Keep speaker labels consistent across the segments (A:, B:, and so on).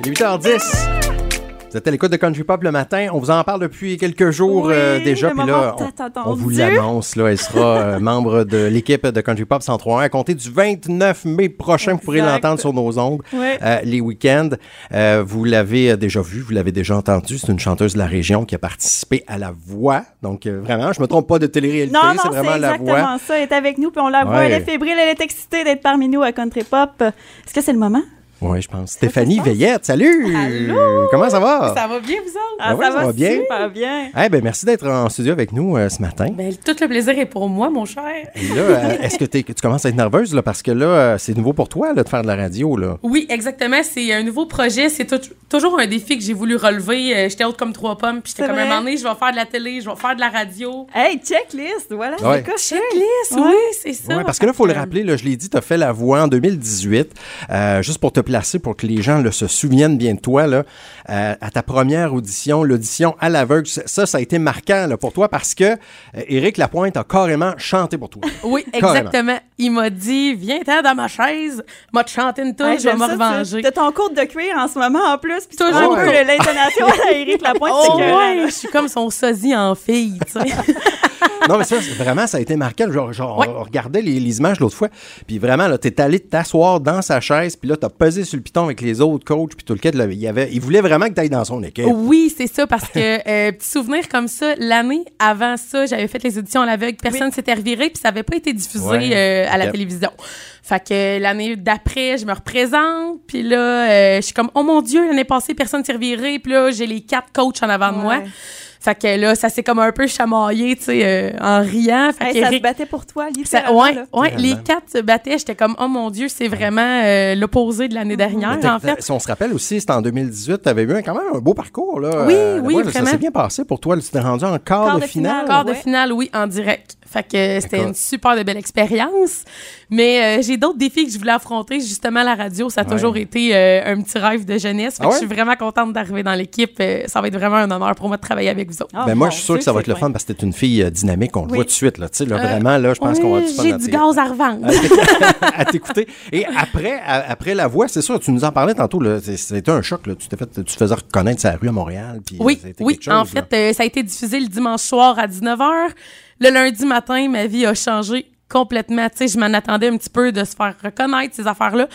A: Il est 8h10. Vous êtes à l'écoute de Country Pop le matin. On vous en parle depuis quelques jours
B: Oui,
A: euh, déjà.
B: le
A: Puis là,
B: moment
A: on,
B: tant
A: on vous
B: attendu.
A: l'annonce. Là, elle sera euh, membre de l'équipe de Country Pop 103.1 à compter du 29 mai prochain. Vous pourrez
B: Exact.
A: l'entendre sur nos ondes
B: Oui.
A: euh, les week-ends. Euh, vous l'avez euh, déjà vu, vous l'avez déjà entendu. C'est une chanteuse de la région qui a participé à La Voix. Donc, euh, vraiment, je me trompe pas de télé-réalité.
B: Non, non,
A: C'est
B: c'est
A: vraiment La
B: exactement
A: Voix.
B: ça. Elle est avec nous, puis on la voit.
A: Ouais.
B: Elle est fébrile, elle est excitée d'être parmi nous à Country Pop. Est-ce que c'est le moment?
A: Oui, je pense. Stéphanie
B: je pense.
A: Veillette, salut!
C: Allô?
A: Comment ça va?
C: Ça va bien, vous autres?
B: Ah,
A: Ben oui, ça va bien.
B: super bien.
A: Eh ben, merci d'être en studio avec nous euh, ce matin.
C: Ben, tout le plaisir est pour moi, mon cher.
A: Et là, euh, est-ce que t'es- tu commences à être nerveuse là, parce que là, euh, c'est nouveau pour toi là, de faire de la radio là.
C: Oui, exactement. C'est un nouveau projet. C'est tou- toujours un défi que j'ai voulu relever. Euh, J'étais haute comme trois pommes. Puis
B: C'est
C: j'étais comme, un
B: vrai?
C: moment donné, je vais faire de la télé, je vais faire de la radio.
B: Hey, checklist, voilà,
A: Ouais.
B: c'est coché.
C: Checklist,
B: Ouais.
C: oui, c'est ça.
A: Ouais, parce que là, il faut le rappeler, là, je l'ai dit, tu as fait la voix en 2018, euh, juste pour te placer, pour que les gens là, se souviennent bien de toi, là, euh, à ta première audition, l'audition à l'aveugle, ça, ça a été marquant là, pour toi parce que euh, Éric Lapointe a carrément chanté pour toi.
C: Oui,
A: Carrément.
C: exactement. Il m'a dit, viens-t'en dans ma chaise, m'a te chanter une tune,
B: Hey,
C: je vais
B: j'aime
C: me
B: ça,
C: revenger.
B: T'as ton cours de cuir en ce moment en plus, puis tu
C: Toujours.
B: prends un peu
A: Ouais.
B: l'intonation à Eric Lapointe. c'est
C: Oh,
B: écœurant,
C: ouais,
B: là.
C: je suis comme son sosie en fille, tu sais.
A: non, mais ça, c'est- vraiment, ça a été marquant. Genre, genre, on regardait les, les images l'autre fois, puis vraiment, là, t'es allé t'asseoir dans sa chaise, puis là, t'as pesé sur le piton avec les autres coachs, puis tout le kit, là, il, y avait, il voulait vraiment que t'ailles dans son équipe.
C: Oui, c'est ça, parce que, euh, petit souvenir comme ça, l'année avant ça, j'avais fait les auditions à l'aveugle, personne s'était reviré, puis ça n'avait pas été diffusé
A: Ouais.
C: euh, à la
A: Yep.
C: télévision. Fait que euh, l'année d'après, je me représente, puis là, euh, je suis comme, oh mon Dieu, l'année passée, personne s'est reviré, puis là, j'ai les quatre coachs en avant de moi.
B: Ouais.
C: Fait que là, ça s'est comme un peu chamaillé, tu sais, euh, en riant. Fait
B: Hey,
C: que
B: ça se
C: Eric-
B: battait pour toi,
C: ça-
B: littéralement.
C: ouais,
B: là.
C: ouais, les
A: Littéralement.
C: quatre se battaient. J'étais comme, oh mon Dieu, c'est vraiment euh, l'opposé de
B: Mm-hmm.
C: l'année dernière,
A: T'as-
C: hein, en fait.
A: Si on se rappelle aussi, c'était en 2018, tu avais eu un- quand même un beau parcours. Là,
C: Oui,
A: la
C: oui,
A: voix, Ça
C: vraiment.
A: s'est bien passé pour toi. là, Tu t'es rendu en quart,
B: Quart
A: de
B: de
A: finale.
B: finale.
C: Ah, Quart de
B: Ouais.
C: finale, oui, en direct. Fait que c'était
A: D'accord.
C: une super de belle expérience. Mais euh, j'ai d'autres défis que je voulais affronter. Justement, la radio, ça a
A: Ouais.
C: toujours été euh, un petit rêve de jeunesse. Fait
A: Ah
C: que
A: ouais?
C: je suis vraiment contente d'arriver dans l'équipe. Euh, ça va être vraiment un honneur pour moi de travailler avec vous autres.
B: Ah,
A: Ben moi,
B: mon
A: je suis sûr
B: Dieu,
A: que ça va
B: c'est
A: être le
B: fin.
A: fun parce que t'es une fille euh, dynamique, on le
B: Oui.
A: voit tout de suite. Là, tu sais, là, vraiment, là, je pense qu'on va du fun
C: Euh, J'ai
A: à
C: du
A: t'y-
C: gaz à revendre.
A: à t'écouter. Et après, à- après la voix, c'est sûr, tu nous en parlais tantôt, là, c'est- c'était un choc. Là, tu t'es fait, tu te faisais reconnaître sa rue à Montréal. Puis,
C: Oui,
A: euh, ça a été
C: oui.
A: quelque chose,
C: en
A: là.
C: fait, euh, ça a été diffusé le dimanche soir à 19h. Le lundi matin, ma vie a changé complètement. Tu sais, je m'en attendais un petit peu de se faire reconnaître, ces affaires-là,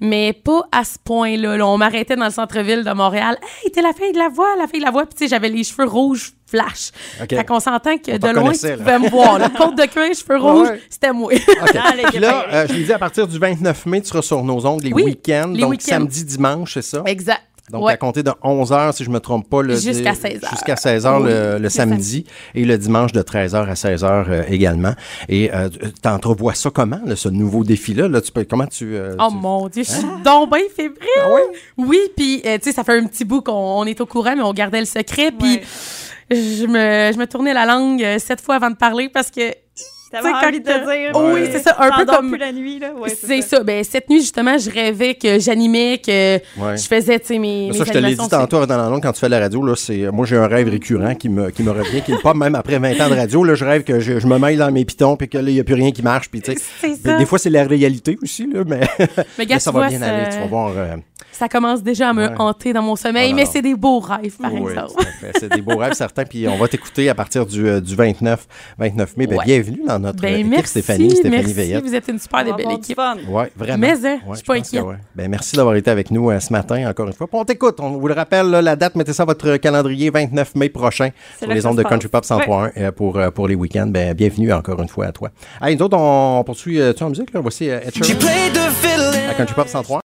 C: mais pas à ce point-là. là. On m'arrêtait dans le centre-ville de Montréal. « Hey, t'es la fille de la voix, la fille de la voix. » Puis tu sais, j'avais les cheveux rouges flash.
A: OK.
C: Fait qu'on s'entend que
A: On te
C: de loin, tu
A: reconnaissait, là.
C: pouvais me voir. Le compte de cuir, cheveux rouges,
A: ouais.
C: c'était moi.
A: OK.
B: Dans les
A: Puis là,
B: guépards.
A: euh, je l'ai dit, à partir du 29 mai, tu seras sur nos ongles les
C: Oui,
A: week-ends.
C: les
A: donc,
C: week-ends.
A: samedi, dimanche, c'est ça?
C: exact.
A: Donc,
C: Ouais.
A: à compter de 11h, si je me trompe pas. le-
C: Jusqu'à
A: de-
C: 16h.
A: Jusqu'à 16h le, le samedi et le dimanche de 13h à 16h euh, également. Et euh, tu entrevois ça comment, là, ce nouveau défi-là? Là, tu peux, comment tu... euh,
C: Oh
A: tu-
C: mon Dieu, je suis donc bien fébrile.
A: Ah ouais?
C: Oui, puis euh, tu sais, ça fait un petit bout qu'on on est au courant, mais on gardait le secret. Puis
B: Ouais.
C: je, me, je me tournais la langue euh, sept fois avant de parler parce que
B: T'avais
C: Tu sais,
B: envie de
C: quand
B: te
C: t'as-
B: dire.
C: Oh oui,
B: mais
C: c'est ça, un peu
B: t'endors
C: comme-
B: plus la nuit, là. Ouais,
C: c'est ça. Ben, cette nuit, justement, je rêvais que j'animais, que
A: Ouais.
C: je faisais tu sais, mes,
A: Ça, je te
C: mes
A: l'ai dit
C: animations, c'est-
A: tantôt dans la longue, quand tu fais la radio, là, c'est, euh, moi, j'ai un rêve récurrent qui me, qui me revient, qui est pas même après 20 ans de radio, là, je rêve que je, je me mêle dans mes pitons, puis que là, il n'y a plus rien qui marche, puis tu sais.
C: C'est
A: Mais
C: ça.
A: Des fois, c'est la réalité aussi, là, mais,
C: Mais gars,
A: mais ça
C: tu
A: va
C: vois,
A: bien
C: ça-
A: aller, tu vas voir. euh,
C: Ça commence déjà à me
A: Ouais.
C: hanter dans mon sommeil,
A: Ah, non,
C: mais
A: non.
C: c'est des beaux rêves, par
A: Oui,
C: exemple.
A: tout à fait. C'est des beaux rêves certains. Puis on va t'écouter à partir du, euh, du 29, 29 mai. Ben,
C: Ouais.
A: Bienvenue dans notre euh,
C: Ben,
A: équipe,
C: merci,
A: Stéphanie, Stéphanie
C: merci.
A: Veillette.
C: Vous êtes une super de
B: Une
C: belle équipe.
A: Oui, vraiment.
C: Mais, euh,
A: Ouais,
C: je suis pas
A: pense que
C: inquiète.
A: ouais. Ben, merci d'avoir été avec nous euh, ce matin, encore une fois. Puis on t'écoute. On vous le rappelle, là, la date, mettez ça à votre calendrier, 29 mai prochain,
B: C'est
A: sur
B: là
A: les
B: que ça
A: ondes
B: se
A: de Country Pop 103.1 euh, pour, euh, pour les week-ends. Ben, bienvenue encore une fois à toi. Allez, nous autres, on poursuit euh, tu sais, en musique. Là? Voici euh, Ed Sheeran à Country Pop 103.